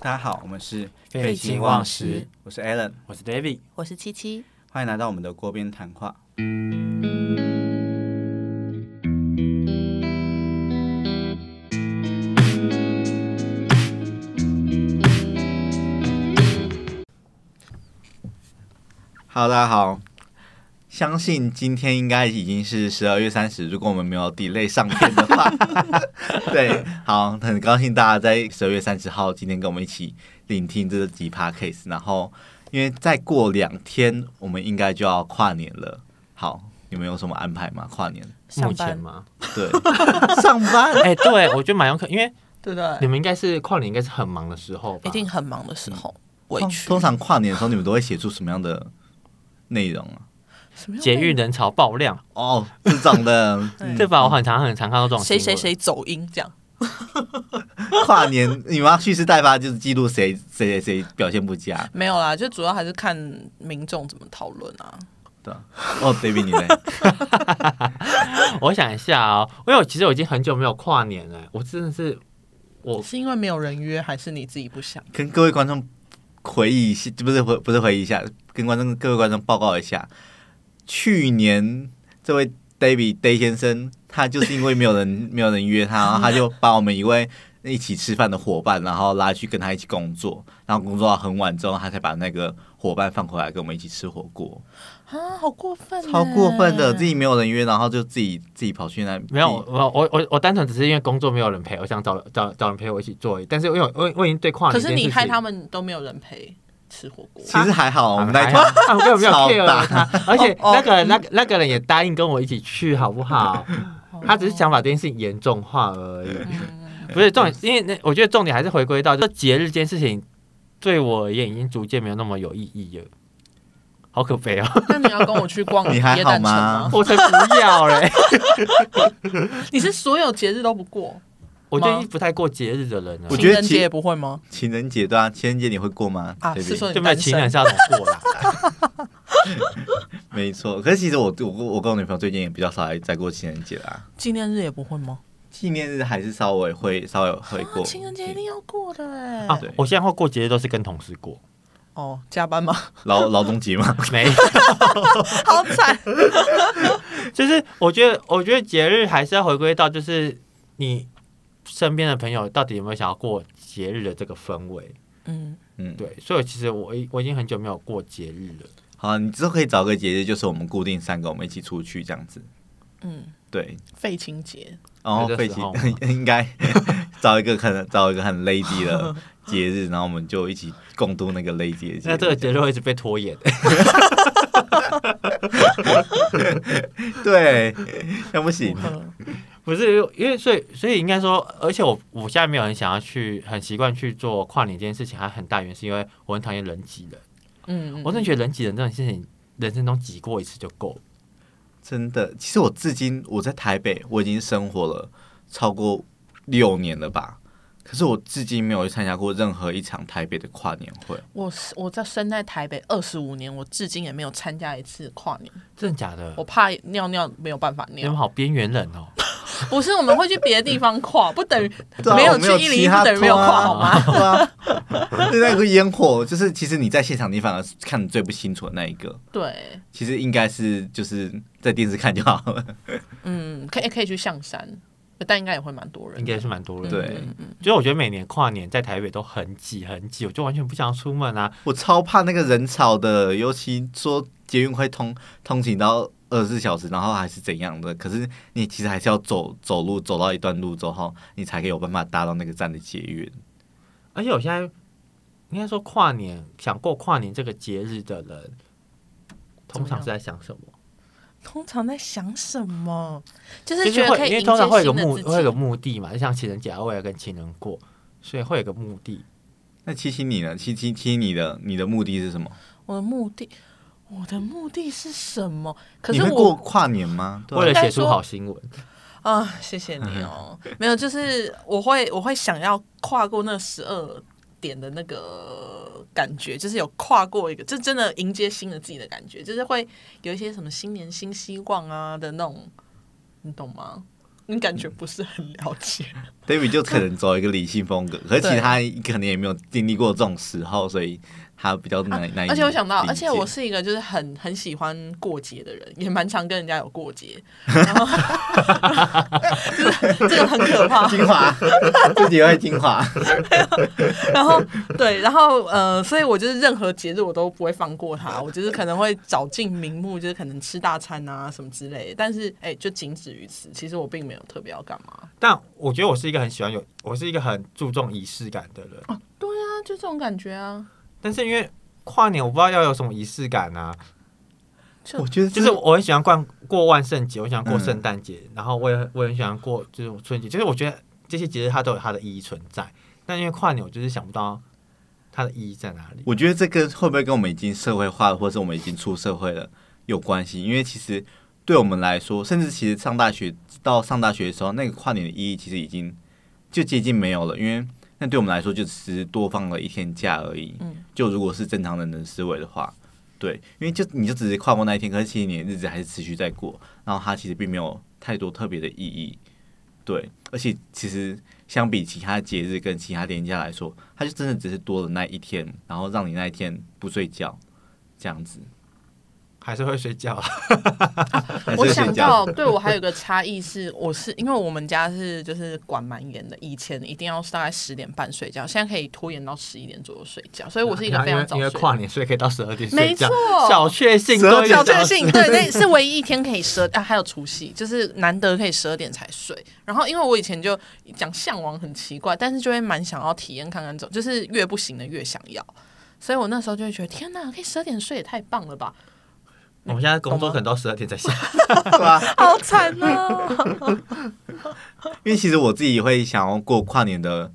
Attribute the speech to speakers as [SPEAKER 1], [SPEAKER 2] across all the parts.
[SPEAKER 1] 大家好，我们是
[SPEAKER 2] 废寝忘食，
[SPEAKER 1] 我是 Alan，
[SPEAKER 2] 我是 David，
[SPEAKER 3] 我是七七。
[SPEAKER 1] 欢迎来到我们的锅边谈话。Hello，大家好。相信今天应该已经是十二月三十，如果我们没有 delay 上片的话，对，好，很高兴大家在十二月三十号今天跟我们一起聆听这集 podcast。然后，因为再过两天我们应该就要跨年了，好，你们有什么安排吗？跨年？
[SPEAKER 2] 目
[SPEAKER 3] 上
[SPEAKER 2] 前
[SPEAKER 3] 班
[SPEAKER 2] 吗？
[SPEAKER 1] 对，上班
[SPEAKER 2] 哎、对，我觉得蛮有可能，因为呃
[SPEAKER 3] 对
[SPEAKER 2] 你
[SPEAKER 3] 对，
[SPEAKER 2] 们应该是跨年，应该是很忙的时候吧？
[SPEAKER 3] 一定很忙的时候，
[SPEAKER 2] 嗯
[SPEAKER 3] 委
[SPEAKER 1] 通
[SPEAKER 3] 屈。
[SPEAKER 1] 通常跨年的时候，你们都会写出什么样的内容啊？
[SPEAKER 3] 什么样的
[SPEAKER 2] 节育人潮爆量，
[SPEAKER 1] 哦，这种的，嗯
[SPEAKER 2] 对吧？我很常很常看到这种
[SPEAKER 3] 谁
[SPEAKER 2] 新
[SPEAKER 3] 谁
[SPEAKER 2] 闻
[SPEAKER 3] 谁走音这样，
[SPEAKER 1] 跨年你们要蓄势待发，就是记录谁谁谁谁表现不佳。
[SPEAKER 3] 没有啦，就主要还是看民众怎么讨论啊。
[SPEAKER 1] 对，哦，David 你嘞？
[SPEAKER 2] 我想一下哦，因为我其实我已经很久没有跨年了，我真的是我
[SPEAKER 3] 是因为没有人约，还是你自己不想？
[SPEAKER 1] 跟各位观众回忆一下，不是回不是回忆一下，跟观众各位观众报告一下，去年这位 David Day 先生，他就是因为没有人 没有人约他，然后他就把我们一位一起吃饭的伙伴，然后拉去跟他一起工作，然后工作到很晚之后，他才把那个伙伴放回来跟我们一起吃火锅，
[SPEAKER 3] 啊，好过分欸，
[SPEAKER 1] 超过分的，自己没有人约，然后就自己自己跑去那
[SPEAKER 2] 没有，
[SPEAKER 3] 嗯
[SPEAKER 1] 自己
[SPEAKER 2] 我我我我单纯只是因为工作没有人陪，我想找找找人陪我一起做而已，但是因为我我我已经对跨
[SPEAKER 3] 可
[SPEAKER 2] 年这
[SPEAKER 3] 是
[SPEAKER 2] 件事情，
[SPEAKER 3] 你害他们都没有人陪吃火锅，
[SPEAKER 1] 其实还好，我
[SPEAKER 2] 啊。
[SPEAKER 1] 们那一
[SPEAKER 2] 还
[SPEAKER 1] 团
[SPEAKER 2] 好啊我根本没有
[SPEAKER 1] 超
[SPEAKER 2] care
[SPEAKER 1] 大
[SPEAKER 2] 他，而且
[SPEAKER 3] 哦
[SPEAKER 2] 那个那个那个人也答应跟我一起去，好不 好？他只是
[SPEAKER 3] 哦
[SPEAKER 2] 想把这件事情严重化而已。
[SPEAKER 3] 嗯，
[SPEAKER 2] 不是重点，因为那我觉得重点还是回归到，就节日这件事情，对我而言已经逐渐没有那么有意义了，好可悲哦！
[SPEAKER 3] 那你要跟我去逛
[SPEAKER 1] 你
[SPEAKER 3] 耶
[SPEAKER 1] 还
[SPEAKER 3] 诞
[SPEAKER 1] 好
[SPEAKER 3] 城
[SPEAKER 1] 吗
[SPEAKER 3] 吗？
[SPEAKER 2] 我才不要嘞！
[SPEAKER 3] 你是所有节日都不过，
[SPEAKER 2] 我最近不太过节日的人了
[SPEAKER 1] 我，觉
[SPEAKER 3] 情
[SPEAKER 1] 得
[SPEAKER 3] 人
[SPEAKER 1] 其
[SPEAKER 3] 节也不会吗？
[SPEAKER 1] 情人节对啊，情人节你会过吗？
[SPEAKER 3] 啊，
[SPEAKER 1] David
[SPEAKER 3] 是说
[SPEAKER 2] 就
[SPEAKER 3] 你
[SPEAKER 2] 没有
[SPEAKER 3] 单
[SPEAKER 2] 情人
[SPEAKER 3] 身？
[SPEAKER 2] 是要怎么过啦？
[SPEAKER 1] 没错，可是其实我我我跟我女朋友最近也比较少来再过情人节啦，
[SPEAKER 3] 纪念日也不会吗？
[SPEAKER 1] 纪念日还是稍微会稍微会过。
[SPEAKER 3] 啊情人节一定要过的哎。
[SPEAKER 2] 啊
[SPEAKER 1] 对，
[SPEAKER 2] 我现在会过节日都是跟同事过，
[SPEAKER 3] 哦，加班吗？
[SPEAKER 1] 劳劳动节嘛，
[SPEAKER 2] 没，
[SPEAKER 3] 好惨。
[SPEAKER 2] 就是我觉得，我觉得节日还是要回归到，就是你身边的朋友到底有没有想要过节日的这个氛围？
[SPEAKER 3] 嗯，
[SPEAKER 1] 嗯，
[SPEAKER 2] 对，所以其实我已我已经很久没有过节日了。
[SPEAKER 1] 好，啊你之后可以找个节日，就是我们固定三个，我们一起出去这样子。
[SPEAKER 3] 嗯，
[SPEAKER 1] 对，
[SPEAKER 3] 废情节，
[SPEAKER 1] 然后
[SPEAKER 2] 那
[SPEAKER 1] 费
[SPEAKER 2] 这
[SPEAKER 1] 奇
[SPEAKER 2] 时候
[SPEAKER 1] 应该找一个很找一个很 lazy 的节日，然后我们就一起共度那个 lazy 的节日。
[SPEAKER 2] 那这个节日会一直被拖延。
[SPEAKER 1] 对， 那不行。
[SPEAKER 3] 嗯
[SPEAKER 2] 不是因为，所以所以应该说，而且我我现在没有很想要去，很习惯去做跨年这件事情，还很大原因是因为我很讨厌人挤人。
[SPEAKER 3] 嗯，
[SPEAKER 2] 我真的觉得人挤人这种事情，人生中挤过一次就够了。
[SPEAKER 1] 真的，其实我至今我在台北，我已经生活了超过六年了吧。可是我至今没有去参加过任何一场台北的跨年会，
[SPEAKER 3] 我是我在生在台北二十五年，我至今也没有参加一次跨年，
[SPEAKER 2] 真的假的
[SPEAKER 3] 我？怕尿尿没有办法
[SPEAKER 2] 你们
[SPEAKER 3] 尿。
[SPEAKER 2] 好边缘人哦！
[SPEAKER 3] 不是，我们会去别的地 方跨，不等于
[SPEAKER 1] 对啊
[SPEAKER 3] 没有
[SPEAKER 1] 我
[SPEAKER 3] 去一零
[SPEAKER 1] 其
[SPEAKER 3] 一，
[SPEAKER 1] 他
[SPEAKER 3] 不等于没有
[SPEAKER 1] 团
[SPEAKER 3] 跨，
[SPEAKER 1] 啊
[SPEAKER 3] 好吗？
[SPEAKER 1] 对啊，就那个烟火，就是其实你在现场，你反而看得最不清楚的那一个。
[SPEAKER 3] 对，
[SPEAKER 1] 其实应该是就是在电视看就好了。
[SPEAKER 3] 嗯，可以可以去象山，但应该也会蛮多人
[SPEAKER 2] 应。该是蛮多人的。
[SPEAKER 1] 对，
[SPEAKER 2] 就是我觉得每年跨年在台北都很挤很挤，我就完全不想要出门啊。
[SPEAKER 1] 我超怕那个人潮的，尤其说捷运会通通勤到二十四小时，然后还是怎样的。可是你其实还是要走走路，走到一段路之后，你才可以有办法搭到那个站的捷运。
[SPEAKER 2] 而且我现在应该说跨年想过跨年这个节日的人，通常是在想什么？
[SPEAKER 3] 通常在想什么？就是
[SPEAKER 2] 就
[SPEAKER 3] 觉
[SPEAKER 2] 是
[SPEAKER 3] 得
[SPEAKER 2] 会
[SPEAKER 3] 可以
[SPEAKER 2] 因为
[SPEAKER 3] 迎
[SPEAKER 2] 通常
[SPEAKER 3] 接
[SPEAKER 2] 会有
[SPEAKER 3] 新
[SPEAKER 2] 个
[SPEAKER 3] 的
[SPEAKER 2] 目
[SPEAKER 3] 自
[SPEAKER 2] 会有个
[SPEAKER 3] 己。
[SPEAKER 2] 目的嘛，就像情人节啊，为了跟情人过，所以会有个目的。
[SPEAKER 1] 那七七你呢？七七七你的你的目的是什么？
[SPEAKER 3] 我的目的，我的目的是什么？可
[SPEAKER 1] 你
[SPEAKER 3] 是
[SPEAKER 1] 会
[SPEAKER 3] 我
[SPEAKER 1] 过跨年吗？对啊
[SPEAKER 2] 为了
[SPEAKER 3] 应该
[SPEAKER 2] 写出
[SPEAKER 3] 说
[SPEAKER 2] 好新闻，
[SPEAKER 3] 啊，谢谢你哦。 没有，就是我会我会想要跨过那十二点的那个感觉，就是有跨过一个，就真的迎接新的自己的感觉，就是会有一些什么新年新希望啊的那种，你懂吗？你感觉不是很了解。
[SPEAKER 1] David 就可能走一个理性 风格，可是
[SPEAKER 3] 对
[SPEAKER 1] 其实他可能也没有经历过这种时候，所以他比较难、哎难以理解。
[SPEAKER 3] 而且我想到，而 且我是一个就是很很喜欢过节的人，也蛮常跟人家有 过节，然后 就是这个很可怕。
[SPEAKER 1] 精华，自己会精华。
[SPEAKER 3] 然后对，然后呃，所以我就是任何节日我都不会放过他，我就是可能会找尽名目，就是可能吃大餐啊什么之类的，但是哎、就仅止于此。其实我并没有特别要干嘛。
[SPEAKER 2] 但我觉得我是一个很喜欢有，我是一个很注重仪式感的人。
[SPEAKER 3] 对啊，就这种感觉啊。
[SPEAKER 2] 但是因为跨年，我不知道要有什么仪式感啊。
[SPEAKER 3] 就
[SPEAKER 1] 我觉得
[SPEAKER 2] 就是嗯我很喜欢过过万圣节，我喜欢过圣诞节，然后我也很我也很喜欢过这种春节。就是我觉得这些节日它都有它的意义存在。但因为跨年，我就是想不到它的意义在哪里。
[SPEAKER 1] 我觉得这跟会不会跟我们已经社会化了，或是我们已经出社会了有关系？因为其实对我们来说，甚至其实上大学到上大学的时候，那个跨年的意义其实已经就接近没有了，因为那对我们来说就只是多放了一天假而已。
[SPEAKER 3] 嗯，
[SPEAKER 1] 就如果是正常人的思维的话，对，因为就你就只是跨过那一天，可是其实你的日子还是持续在过，然后它其实并没有太多特别的意义。对，而且其实相比其他节日跟其他年假来说，它就真的只是多了那一天，然后让你那一天不睡觉，这样 子。
[SPEAKER 2] 还是会睡觉啊。
[SPEAKER 1] 还是
[SPEAKER 3] 我
[SPEAKER 1] 会
[SPEAKER 3] 想
[SPEAKER 1] 睡
[SPEAKER 3] 到
[SPEAKER 1] 觉，
[SPEAKER 3] 对我还有个差异是，我是因为我们家是就是管蛮严的，以前一定要大概十点半睡觉，现在可以拖延到十一点左右睡觉，所以我是一个非常 早
[SPEAKER 2] 因为因为
[SPEAKER 3] 睡的人。
[SPEAKER 2] 跨年，所以可以到十二点
[SPEAKER 3] 没
[SPEAKER 2] 睡觉
[SPEAKER 3] 错。
[SPEAKER 2] 小确幸，
[SPEAKER 1] 12
[SPEAKER 2] 多一个
[SPEAKER 3] 小
[SPEAKER 1] 点
[SPEAKER 3] 确
[SPEAKER 2] 小时
[SPEAKER 3] 幸，对，那是唯一一天可以十啊，还有除夕， 就是难得可以十二点才睡。然后，因为我以前就讲向往很奇怪，但是就会蛮想要体验看看这种，就是越不行的越想要。所以我那时候就会觉得，天哪，可以十二点睡也太棒 了吧，
[SPEAKER 2] 我们现在工
[SPEAKER 3] 懂
[SPEAKER 2] 作
[SPEAKER 3] 吗
[SPEAKER 2] 可能到十二点才下。
[SPEAKER 1] 对吧？
[SPEAKER 3] 好惨
[SPEAKER 1] 啊
[SPEAKER 3] 哦！
[SPEAKER 1] 因为其实我自己会想要过跨年的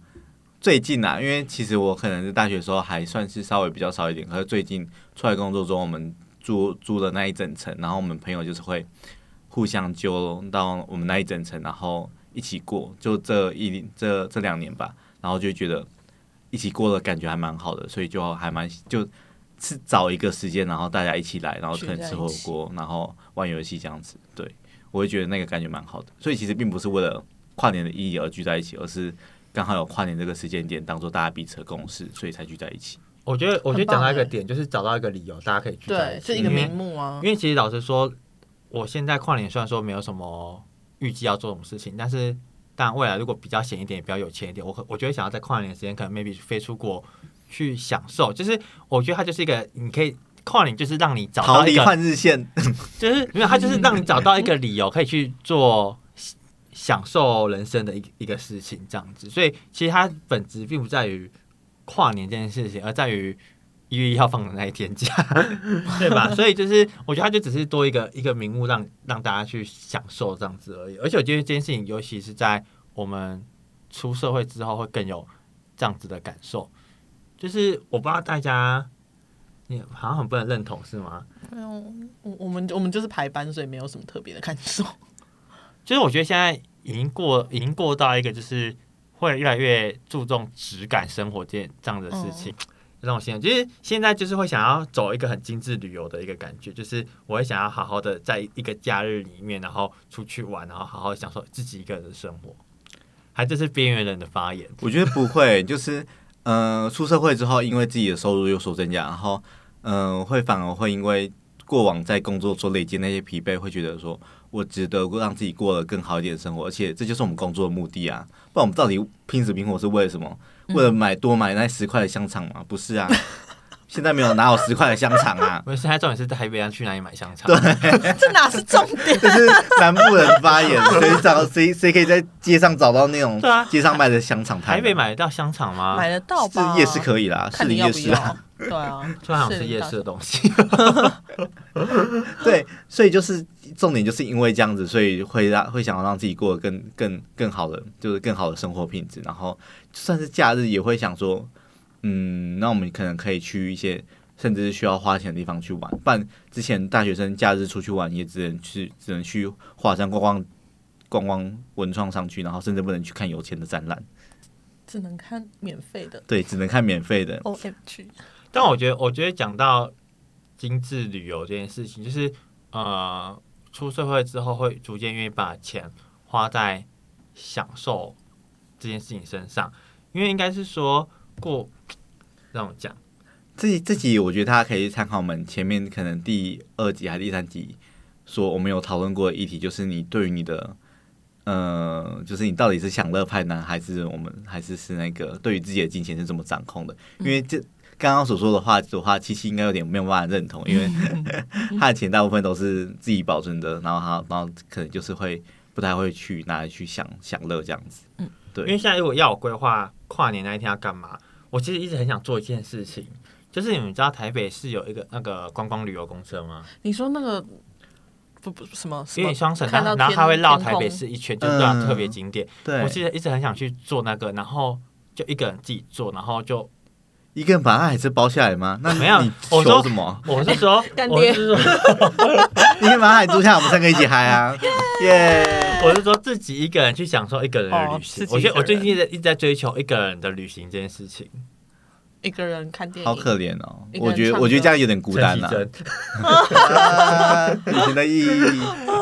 [SPEAKER 1] 最近啊，因为其实我可能是大学的时候还算是稍微比较少一点，可是最近出来工作中，我们租租了那一整层，然后我们朋友就是会互相揪到我们那一整层，然后一起过，就这一这这两年吧，然后就觉得一起过的感觉还蛮好的，所以就还蛮就是找一个时间，然后大家一起来，然后可能吃火锅，然后玩游戏这样子，对我会觉得那个感觉蛮好的，所以其实并不是为了。跨年的意义而聚在一起，而是刚好有跨年这个时间点当做大家彼此的共识，所以才聚在一起。
[SPEAKER 2] 我觉得，我觉得
[SPEAKER 3] 很棒
[SPEAKER 2] 讲到一个
[SPEAKER 3] 欸
[SPEAKER 2] 点，就是找到一个理由，大家可以聚在
[SPEAKER 3] 对，
[SPEAKER 2] 一
[SPEAKER 3] 就
[SPEAKER 2] 起。
[SPEAKER 3] 一个
[SPEAKER 2] 因为
[SPEAKER 3] 名目啊
[SPEAKER 1] 嗯
[SPEAKER 2] 因。为其实老实说，我现在跨年虽然说没有什么预计要做什么事情，但是但未来如果比较闲一点，也比较有钱一点，我可我就会想要在跨年的时间，可能 maybe 飞出国去享受。就是我觉得它就是一个你可以。跨年就是让你找
[SPEAKER 1] 逃
[SPEAKER 2] 到一
[SPEAKER 1] 离
[SPEAKER 2] 个，
[SPEAKER 1] 换日线，
[SPEAKER 2] 就是没有，它就是让你找到一个理由可以去做享受人生的一一个事情，这样子。所以其实它本质并不在于跨年这件事情，而在于一月一号放的那一天假，对吧？所以就是我觉得它就只是多一个一个名目让让大家去享受这样子而已。而且我觉得这件事情，尤其是在我们出社会之后，会更有这样子的感受。就是我不知道大家，你好像很不能认同是吗？
[SPEAKER 3] 没有，我我们我们就是排班，所以没有什么特别的感 受。
[SPEAKER 2] 就是我觉得现在已经过，已经过到一个就是会越来越注重质感生活这这样的事情。
[SPEAKER 3] 嗯
[SPEAKER 2] 让我现在，就是现在就是会想要走一个很精致旅游的一个感觉，就是我会想要好好的在一个假日里面，然后出去玩，然后好好享受自己一个人的生活。还这是边缘人的发言，
[SPEAKER 1] 我觉得不会，就是嗯、呃出社会之后，因为自己的收入有所增加，然后嗯、呃会反而会因为过往在工作所累积那些疲惫，会觉得说我值得让自己过得更好一点的生活，而且这就是我们工作的目的啊！不然我们到底拼死拼活是为了什么？为了买多买那十块的香肠吗？不是啊，现在没有哪有十块的香肠啊！
[SPEAKER 2] 我现在重点是在台北要去哪里买香肠？
[SPEAKER 3] 这哪是重点？
[SPEAKER 1] 这是南部人发言，谁找谁谁可以在街上找到那种
[SPEAKER 2] 对啊
[SPEAKER 1] 街上卖的香肠摊？啊
[SPEAKER 2] 台北买得到香肠吗？
[SPEAKER 3] 买得到
[SPEAKER 1] 是
[SPEAKER 3] 吧？
[SPEAKER 1] 夜市可以啦，士
[SPEAKER 3] 看你
[SPEAKER 1] 林
[SPEAKER 3] 要
[SPEAKER 1] 夜
[SPEAKER 3] 不
[SPEAKER 1] 市
[SPEAKER 3] 要
[SPEAKER 1] 啊。。
[SPEAKER 3] 对啊，
[SPEAKER 2] 突然想吃夜
[SPEAKER 3] 大
[SPEAKER 2] 市的东西，
[SPEAKER 1] 对，所以就是重点就是因为这样子，所以会让会想要让自己过得更更更好的，就是更好的生活品质。然后就算是假日也会想说，嗯，那我们可能可以去一些甚至是需要花钱的地方去玩。不然之前大学生假日出去玩也只能去只能去华山逛逛逛逛文创上去，然后甚至不能去看有钱的展览。
[SPEAKER 3] 只能看免费的
[SPEAKER 1] 对，只能看免费的。
[SPEAKER 3] O M G。
[SPEAKER 2] 但我觉得，我觉得讲到精致旅游这件事情，就是呃，出社会之后会逐渐愿意把钱花在享受这件事情身上，因为应该是说过，让我讲，
[SPEAKER 1] 这这集我觉得大家可以参考我们前面可能第二集还是第三集说我们有讨论过的议题，就是你对于你的呃，就是你到底是享乐派呢，还是我们还是是那个对于自己的金钱是怎么掌控的？因为这刚刚所说的话的话，七七应该有点没有办法认同，因为他的钱大部分都是自己保存的，然后他然后可能就是会不太会去拿来去享享乐这样子。对
[SPEAKER 2] 因为现在如果要我规划跨年那一天要干嘛，我其实一直很想做一件事情，就是你们知道台北市有一个那个观光旅游公车吗？
[SPEAKER 3] 你说那个不不什么什
[SPEAKER 2] 因为
[SPEAKER 3] 么
[SPEAKER 2] 你双省，
[SPEAKER 3] 看
[SPEAKER 2] 然后然
[SPEAKER 3] 到
[SPEAKER 2] 后它会
[SPEAKER 3] 天
[SPEAKER 2] 绕
[SPEAKER 3] 天
[SPEAKER 2] 台北
[SPEAKER 3] 空
[SPEAKER 2] 市一圈，就是这样
[SPEAKER 1] 嗯
[SPEAKER 2] 特别景点。
[SPEAKER 1] 对
[SPEAKER 2] 我，其实一直很想去做那个，然后就一个人自己做，然后就
[SPEAKER 1] 一个人把他还是包下来吗？那
[SPEAKER 2] 没有
[SPEAKER 1] 你
[SPEAKER 2] 我
[SPEAKER 1] 求
[SPEAKER 2] 说
[SPEAKER 1] 什么？
[SPEAKER 2] 我 是说
[SPEAKER 3] 干，
[SPEAKER 2] 我
[SPEAKER 3] 爹
[SPEAKER 2] 是说，
[SPEAKER 1] 你可以把海租下，我们三个一起嗨 啊！耶！
[SPEAKER 2] 我是说自己一个人去享受一个人的
[SPEAKER 3] 哦
[SPEAKER 2] 旅行
[SPEAKER 3] 自。己
[SPEAKER 2] 我觉得
[SPEAKER 3] 一个
[SPEAKER 2] 我最
[SPEAKER 3] 人
[SPEAKER 2] 近一直在一直在追求一个人的旅行这件事情。
[SPEAKER 3] 一个人看电影，
[SPEAKER 1] 好可怜哦，
[SPEAKER 3] 一个人
[SPEAKER 1] 我觉得
[SPEAKER 3] 唱歌
[SPEAKER 1] 我觉得这样有点孤单
[SPEAKER 2] 陈
[SPEAKER 1] 呐
[SPEAKER 2] 绮贞
[SPEAKER 1] 啊。旅行的意义，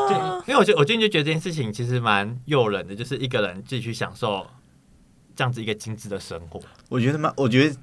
[SPEAKER 2] 对，因为我觉得我最近就觉得这件事情其实蛮诱人的，就是一个人自己去享受这样子一个精致的生活，
[SPEAKER 1] 我觉得蛮，我觉得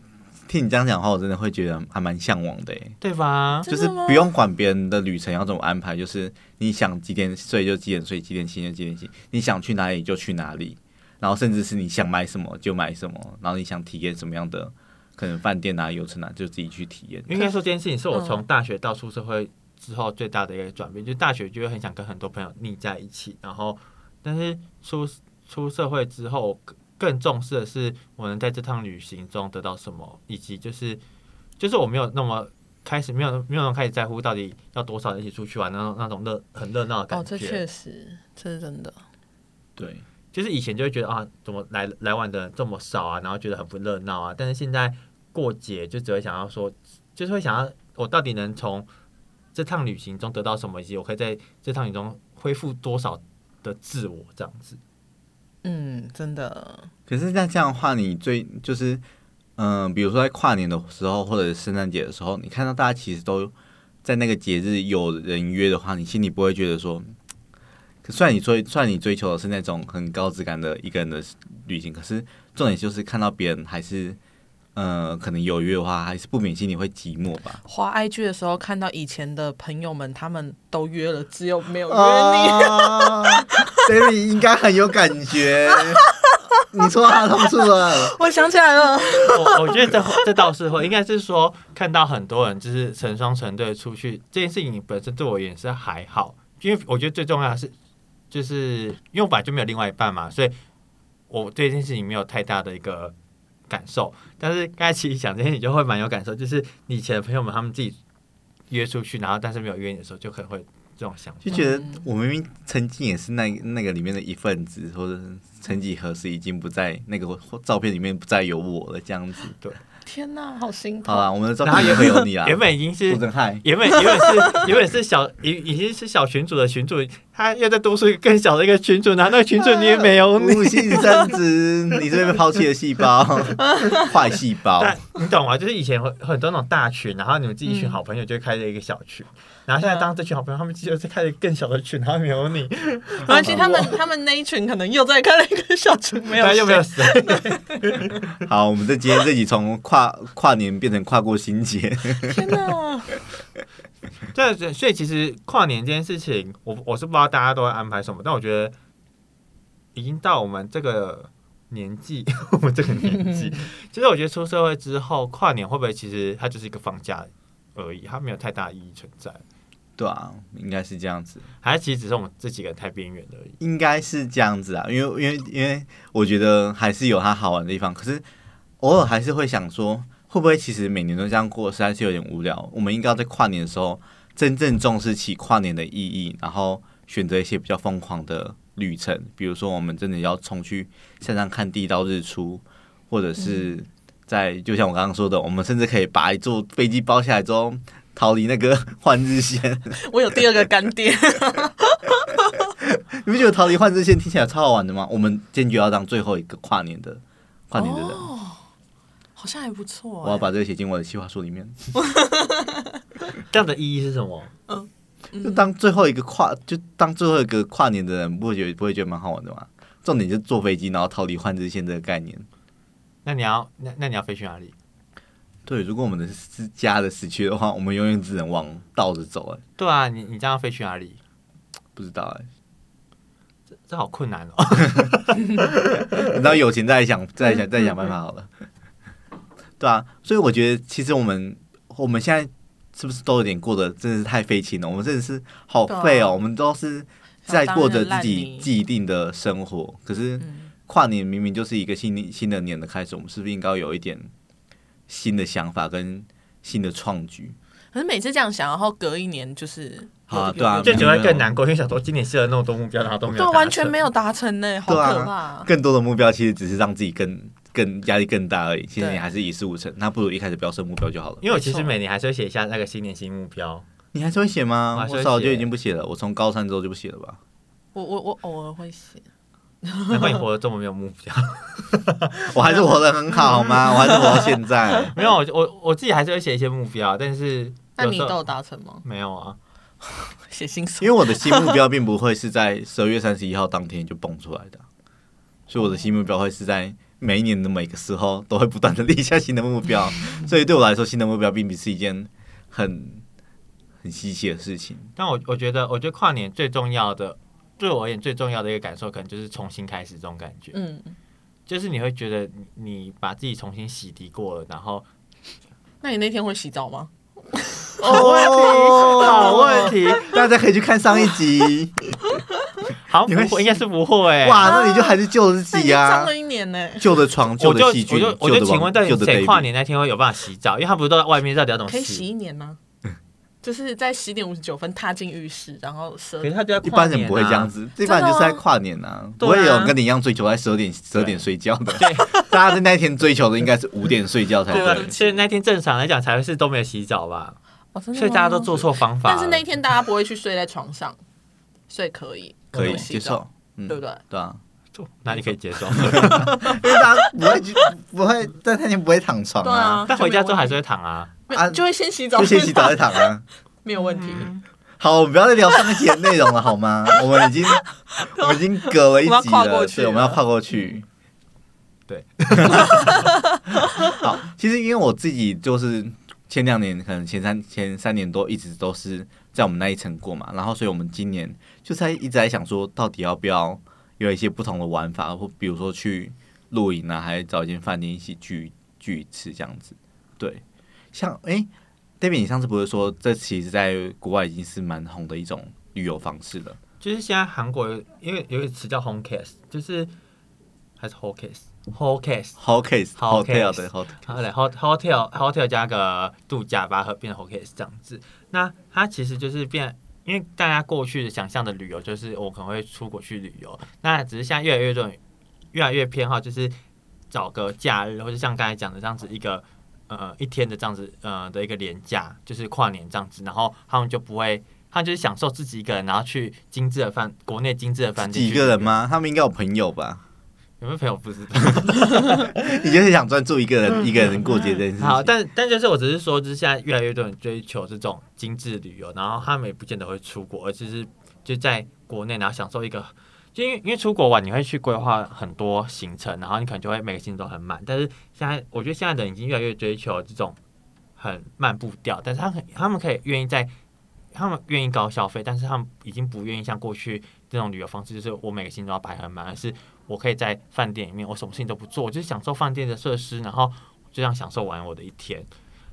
[SPEAKER 1] 听你这样讲的话，我真的会觉得还蛮向往的耶，欸
[SPEAKER 2] 对吧？
[SPEAKER 1] 就
[SPEAKER 3] 真
[SPEAKER 1] 是
[SPEAKER 3] 的吗
[SPEAKER 1] 不用管别人的旅程要怎么安排，就是你想几点睡就几点睡，几点醒就几点醒，你想去哪里就去哪里，然后甚至是你想买什么就买什么，然后你想体验什么样的可能饭店啊、游程啊，就自己去体验。
[SPEAKER 2] 应该说这件事情是我
[SPEAKER 3] 嗯
[SPEAKER 2] 从大学到出社会之后最大的一个转变，就是大学就会很想跟很多朋友腻在一起，然后但是出出社会之后，更更重视的是我能在这趟旅行中得到什么，以及就是就是我没有那么。开始没有没有人开始在乎到底要多少人一起出去玩那种那种热很热闹的
[SPEAKER 3] 哦，
[SPEAKER 2] 感觉，
[SPEAKER 3] 这确实，这是真的。
[SPEAKER 1] 对，
[SPEAKER 2] 就是以前就会觉得啊，怎么来来往的人这么少啊，然后觉得很不热闹啊。但是现在过节就只会想要说，就是会想要我到底能从这趟旅行中得到什么，以及我可以在这趟旅行中恢复多少的自我这样子。
[SPEAKER 3] 嗯，真的，
[SPEAKER 1] 可是那这样的话，你最就是，嗯、比如说在跨年的时候，或者是圣诞节的时候，你看到大家其实都在那个节日有人约的话，你心里不会觉得说，可虽然你追，虽然你追求的是那种很高质感的一个人的旅行，可是重点就是看到别人还是，呃，可能有约的话，还是不免心里会寂寞吧。
[SPEAKER 3] 滑 IG 的时候看到以前的朋友们，他们都约了，只有没有约你。
[SPEAKER 1] 啊，Siri 应该很有感觉，你戳他痛处了。
[SPEAKER 3] 我想起来了，
[SPEAKER 2] 我我 觉得这这倒是会，应该是说看到很多人就是成双成对出去这件事情本身对我也是还好，因为我觉得最重要的是就是因为我本来就没有另外一半嘛，所以我对这件事情没有太大的一个感受。但是刚才其实讲这些，你就会蛮有感受，就是你以前的朋友们他们自己约出去，然后但是没有约你的时候，就可能会这种想法。
[SPEAKER 1] 就觉得
[SPEAKER 3] 嗯
[SPEAKER 1] 我明明曾经也是那那个里面的一份子，或者是曾几何时已经不在那个照片里面不再有我了这样 子。
[SPEAKER 3] 天哪，好心
[SPEAKER 1] 好
[SPEAKER 3] 疼。
[SPEAKER 1] 啦，我们的照
[SPEAKER 2] 然后
[SPEAKER 1] 片也
[SPEAKER 2] 原
[SPEAKER 1] 会有 你啊。
[SPEAKER 2] 原本已经是
[SPEAKER 1] 我真嗨，
[SPEAKER 2] 原本原本是原本是小已已经是小群主的群主，他要再多出一个更小的一个群主，然后那个群主你也没 有
[SPEAKER 3] 嗯
[SPEAKER 2] 你，
[SPEAKER 1] 无性生殖，你 是被抛弃的细胞，坏细胞。
[SPEAKER 2] 但你懂吗？就是以前很很多那种大群，然后你们自己一群好朋友就会开了一个小群，然后现在当这群好朋友他们自己又在开了一个更小的群，然后没有你，
[SPEAKER 3] 没关系，他们他们那一群可能又在看了一个小群， 没有
[SPEAKER 2] 对又没有
[SPEAKER 3] 谁
[SPEAKER 2] 谁，
[SPEAKER 1] 好，我们这今天这集从跨跨年变成跨过新节，
[SPEAKER 3] 天哪，
[SPEAKER 2] 对，所以所以其实跨年这件事情，我我是不知道大家都会安排什么，但我觉得已经到我们这个年纪， 我们这个年 纪，就是我觉得出社会之后，跨年会不会其实它就是一个放假而已，它没有太大意义存在，
[SPEAKER 1] 对啊，应该是这样子。
[SPEAKER 2] 还是其实只是我们这几个人太边缘而已。
[SPEAKER 1] 应该是这样子啊，因为因为因为我觉得还是有它好玩的地方，可是偶尔还是会想说，会不会其实每年都这样过，实在是有点无聊。我们应该要在跨年的时候真正重视起跨年的意义，然后选择一些比较疯狂的旅程，比如说我们真的要冲去山上看第一道日出，或者是在、就像我刚刚说的，我们甚至可以把一座飞机包下来之后逃离那个 换日线。
[SPEAKER 3] 我有第二个干爹，
[SPEAKER 1] 你不觉得逃离换日线听起来超好玩的吗？我们坚决要当最后一个跨年的跨年的人，
[SPEAKER 3] 好像还不错、欸
[SPEAKER 1] 我要把这个写进我的计划书里面，
[SPEAKER 2] 这样的意义是什么？
[SPEAKER 1] 就当最后一个跨，就当最后一个跨年的人，不会觉得不会觉得蛮好玩的吗？重点就是坐飞机然后逃离换日线这个概念。
[SPEAKER 2] 那你要那那你要飞去哪里？
[SPEAKER 1] 对，如果我们的是家的死去的话，我们永远只能往倒着走、哎，
[SPEAKER 2] 对啊，你你这样飞去哪里？
[SPEAKER 1] 不知道哎、
[SPEAKER 2] 这这好困难哦。
[SPEAKER 1] 等到有钱再想，再
[SPEAKER 3] 嗯
[SPEAKER 1] 想，再想办法好了。对啊，所以我觉得其实我们我们现在是不是都有点过得真的是太废青了？我们真的是好废
[SPEAKER 3] 对啊
[SPEAKER 1] 哦，我们都是在过着自己既定的生活。可是
[SPEAKER 3] 嗯
[SPEAKER 1] 跨年明明就是一个新新的年的开始，我们是不是应该有一点新的想法跟新的创举？
[SPEAKER 3] 可是每次这样想，然后隔一年就是
[SPEAKER 1] 好啊
[SPEAKER 3] 有
[SPEAKER 1] 对啊
[SPEAKER 2] 就觉得更难过，因为想说今年设了那么多目标，然后都啊没有
[SPEAKER 3] 对
[SPEAKER 2] 达成，
[SPEAKER 3] 完全没有达成呢，好
[SPEAKER 1] 对啊
[SPEAKER 3] 可怕。
[SPEAKER 1] 更多的目标其实只是让自己更更压力更大而已。其实
[SPEAKER 3] 对
[SPEAKER 1] 你还是一事无成，那不如一开始不要设目标就好了。
[SPEAKER 2] 因为我其实每年还是会写一下那个新年新目标，
[SPEAKER 1] 你还是会写
[SPEAKER 2] 我
[SPEAKER 1] 吗
[SPEAKER 2] 还？是会
[SPEAKER 1] 我早就
[SPEAKER 2] 写
[SPEAKER 1] 已经不写了，我从高三之后就不写了吧。
[SPEAKER 3] 我我我偶尔会写，
[SPEAKER 2] 难怪你活得这么没有目标。
[SPEAKER 1] 我还是活得很好吗？我还是活到现在。
[SPEAKER 2] 没有，我我我自己还是会写一些目标，但是
[SPEAKER 3] 那你
[SPEAKER 2] 有
[SPEAKER 3] 都
[SPEAKER 2] 时候
[SPEAKER 3] 有达成吗？
[SPEAKER 2] 没有啊？
[SPEAKER 3] 写新书
[SPEAKER 1] 因为我的新目标并不会是在十二月三十一号当天就蹦出来的，啊所以我的新目标会是在每一年的每个时候都会不断的立下新的目 标，所以对我来说，新的目标并不是一件很很稀奇的事情。
[SPEAKER 2] 但我我觉得，我觉得跨年最重要的，对我而言最重要的一个感受，可能就是重新开始这种感觉，
[SPEAKER 3] 嗯，
[SPEAKER 2] 就是你会觉得你你把自己重新洗涤过了，然后
[SPEAKER 3] 那你那天会洗澡吗？
[SPEAKER 1] 哦
[SPEAKER 2] 好问题，
[SPEAKER 1] 大家可以去看上一 集，
[SPEAKER 2] 好
[SPEAKER 1] 你
[SPEAKER 2] 像
[SPEAKER 1] 会
[SPEAKER 2] 不会，应该是不会、欸。
[SPEAKER 1] 哇，那你就还是救了自
[SPEAKER 3] 那已
[SPEAKER 1] 己
[SPEAKER 3] 经脏
[SPEAKER 1] 呀、
[SPEAKER 3] 了一年呢，
[SPEAKER 1] 旧的床、旧
[SPEAKER 2] 我就
[SPEAKER 1] 的
[SPEAKER 2] 我
[SPEAKER 1] 细菌
[SPEAKER 2] 就、我
[SPEAKER 1] 旧
[SPEAKER 2] 就
[SPEAKER 1] 的
[SPEAKER 2] 请问，
[SPEAKER 1] 网
[SPEAKER 2] 到底
[SPEAKER 1] 旧的
[SPEAKER 2] 谁跨
[SPEAKER 1] baby。
[SPEAKER 2] 年那天会有办法洗澡？因为他哦不是都嗯在外面，到底要怎么
[SPEAKER 3] 可以洗一年吗？就是在十点五十九分踏进浴室，然后
[SPEAKER 2] 可
[SPEAKER 3] 蛇
[SPEAKER 2] 是他就在
[SPEAKER 1] 一
[SPEAKER 2] 跨
[SPEAKER 1] 般
[SPEAKER 2] 年、啊，
[SPEAKER 1] 人不会这样。子，一般人就是在跨年啊，不
[SPEAKER 2] 对啊
[SPEAKER 1] 会有人跟你一样追求在十二点十二点睡觉的。 大家在那一天追求的应该是五点睡觉才
[SPEAKER 2] 对吧啊
[SPEAKER 1] 对？。
[SPEAKER 2] 所以那天正常来讲才会是都没有洗澡吧，
[SPEAKER 3] 哦，真的吗
[SPEAKER 2] 所以大家都做错方法了。
[SPEAKER 3] 但是那一天大家不会去睡在床上，所以可以，
[SPEAKER 1] 可以接
[SPEAKER 3] 不洗澡
[SPEAKER 1] 受，，嗯
[SPEAKER 3] 啊对不对？
[SPEAKER 1] 对啊，
[SPEAKER 2] 那你可以接 受，
[SPEAKER 1] 因为大家不会去，不会在那天不会躺床
[SPEAKER 3] 对啊
[SPEAKER 1] 啊，，
[SPEAKER 2] 但回家之后还是会躺啊。
[SPEAKER 3] 没有
[SPEAKER 1] 啊
[SPEAKER 3] 就会先洗 澡，
[SPEAKER 1] 就先洗澡再躺啊。
[SPEAKER 3] 没有问题。
[SPEAKER 1] 好，我们不要再聊上一集的内容了，好 吗？我们已经我们已经隔了一
[SPEAKER 3] 我们
[SPEAKER 1] 集
[SPEAKER 3] 要跨过
[SPEAKER 1] 了，
[SPEAKER 3] 去嗯
[SPEAKER 1] 对，我们要跨过去。
[SPEAKER 2] 对，
[SPEAKER 1] 好，其实因为我自己就是前两年，可能前三前三年多一直都是在我们那一层过嘛，然后所以我们今年就在一直在想说，到底要不要有一些不同的玩法，或比如说去露营啊，还是找一间饭店一起聚聚一次这样子。对，像诶 d a v i d 你上次不是说这其实在国外已经是蛮红的一种旅游方式了？
[SPEAKER 2] 就是现在韩国有因为有一个词叫 home case，就是还是 home case，home case，
[SPEAKER 1] hotel hotel
[SPEAKER 2] Hotel
[SPEAKER 1] 的 hotel，
[SPEAKER 2] 然后嘞 hot hotel hotel 加个度假，把它合并成 home case 这样子。那它其实就是变，因为大家过去的想象的旅游就是我可能会出国去旅游，那只是现在越来越多人越来越偏好就是找个假日，或者像刚才讲的这样子一个呃一天的这样子呃的一个连假，就是跨年这样子，然后他们就不会。他们就是享受自己一个人，然后去精致的饭，国内精致的饭店。
[SPEAKER 1] 几个人？吗？他们应该有朋友吧？
[SPEAKER 2] 有没有朋友不知道？
[SPEAKER 1] 你就是想专注一个人一个人过节这件事情。
[SPEAKER 2] 嗯好，但但就是我只是说，就是现在越来越多人追求这种精致旅游，然后他们也不见得会出国，而只是就在国内，然后享受一个。就因为因为出国玩，你会去规划很多行程，然后你可能就会每个行程都很满。但是现在，我觉得现在的人已经越来越追求这种很慢步调，但是他们他们可以愿意在他们愿意高消费，但是他们已经不愿意像过去这种旅游方式，就是我每个行程都要排很满，而是我可以在饭店里面，我什么事情都不做，我就是享受饭店的设施，然后就这样享受完我的一天。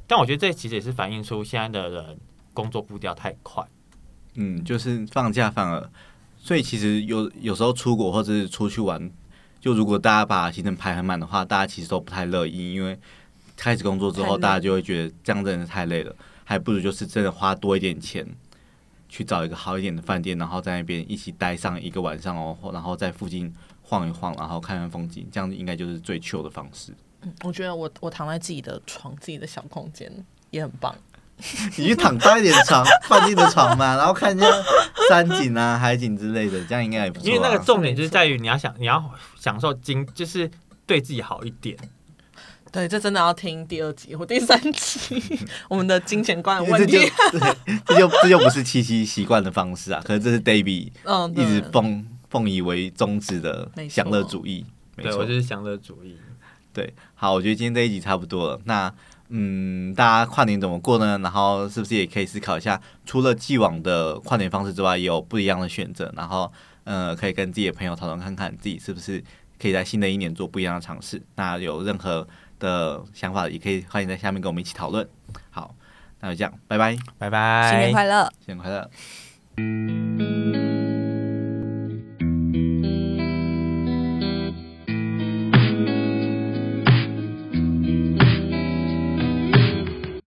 [SPEAKER 2] 但我觉得这其实也是反映出现在的人工作步调太快。
[SPEAKER 1] 嗯，就是放假反而，所以其实有有时候出国或者是出去玩，就如果大家把行程排很满的话，大家其实都不太乐意，因为开始工作之
[SPEAKER 3] 太累
[SPEAKER 1] 后，
[SPEAKER 3] 了
[SPEAKER 1] 大家就会觉得这样真的太累了，还不如就是真的花多一点钱。去找一个好一点的饭店，然后在那边一起待上一个晚上哦，然后在附近晃一晃，然后看看风景，这样子应该就是最 chill 的方式。
[SPEAKER 3] 嗯我觉得我我躺在自己的床、自己的小空间也很棒。
[SPEAKER 1] 你去躺大一点的床，饭店的 床嘛，然后看一下山景啊、海景之类的，这样应该也不错、啊。
[SPEAKER 2] 因为那个重点就是在于你要想，你要享受精，就是对自己好一点。
[SPEAKER 3] 对，这真的要听第二集或第三 集我们的金钱观的
[SPEAKER 1] 因为
[SPEAKER 3] 问
[SPEAKER 1] 这就
[SPEAKER 3] 题。
[SPEAKER 1] 啊对，这就这就不是七夕习惯的方式啊，可是这是 Davy
[SPEAKER 3] 嗯，
[SPEAKER 1] 一直
[SPEAKER 3] 对
[SPEAKER 1] 疯奉以为宗旨的
[SPEAKER 3] 没错
[SPEAKER 1] 享乐主义。没
[SPEAKER 2] 对
[SPEAKER 1] 错
[SPEAKER 2] 我，就是享乐主义。
[SPEAKER 1] 对，好，我觉得今天这一集差不多了。那嗯，大家跨年怎么过呢？然后是不是也可以思考一下，除了既往的跨年方式之外，也有不一样的选择。然后，呃，可以跟自己的朋友讨论看看，自己是不是可以在新的一年做不一样的尝试。那有任何的想法，也可以欢迎在下面跟我们一起讨论。好，那就这样，拜拜，
[SPEAKER 2] 拜拜，
[SPEAKER 4] 新年快乐。
[SPEAKER 1] 新年快乐。
[SPEAKER 4] 拜拜。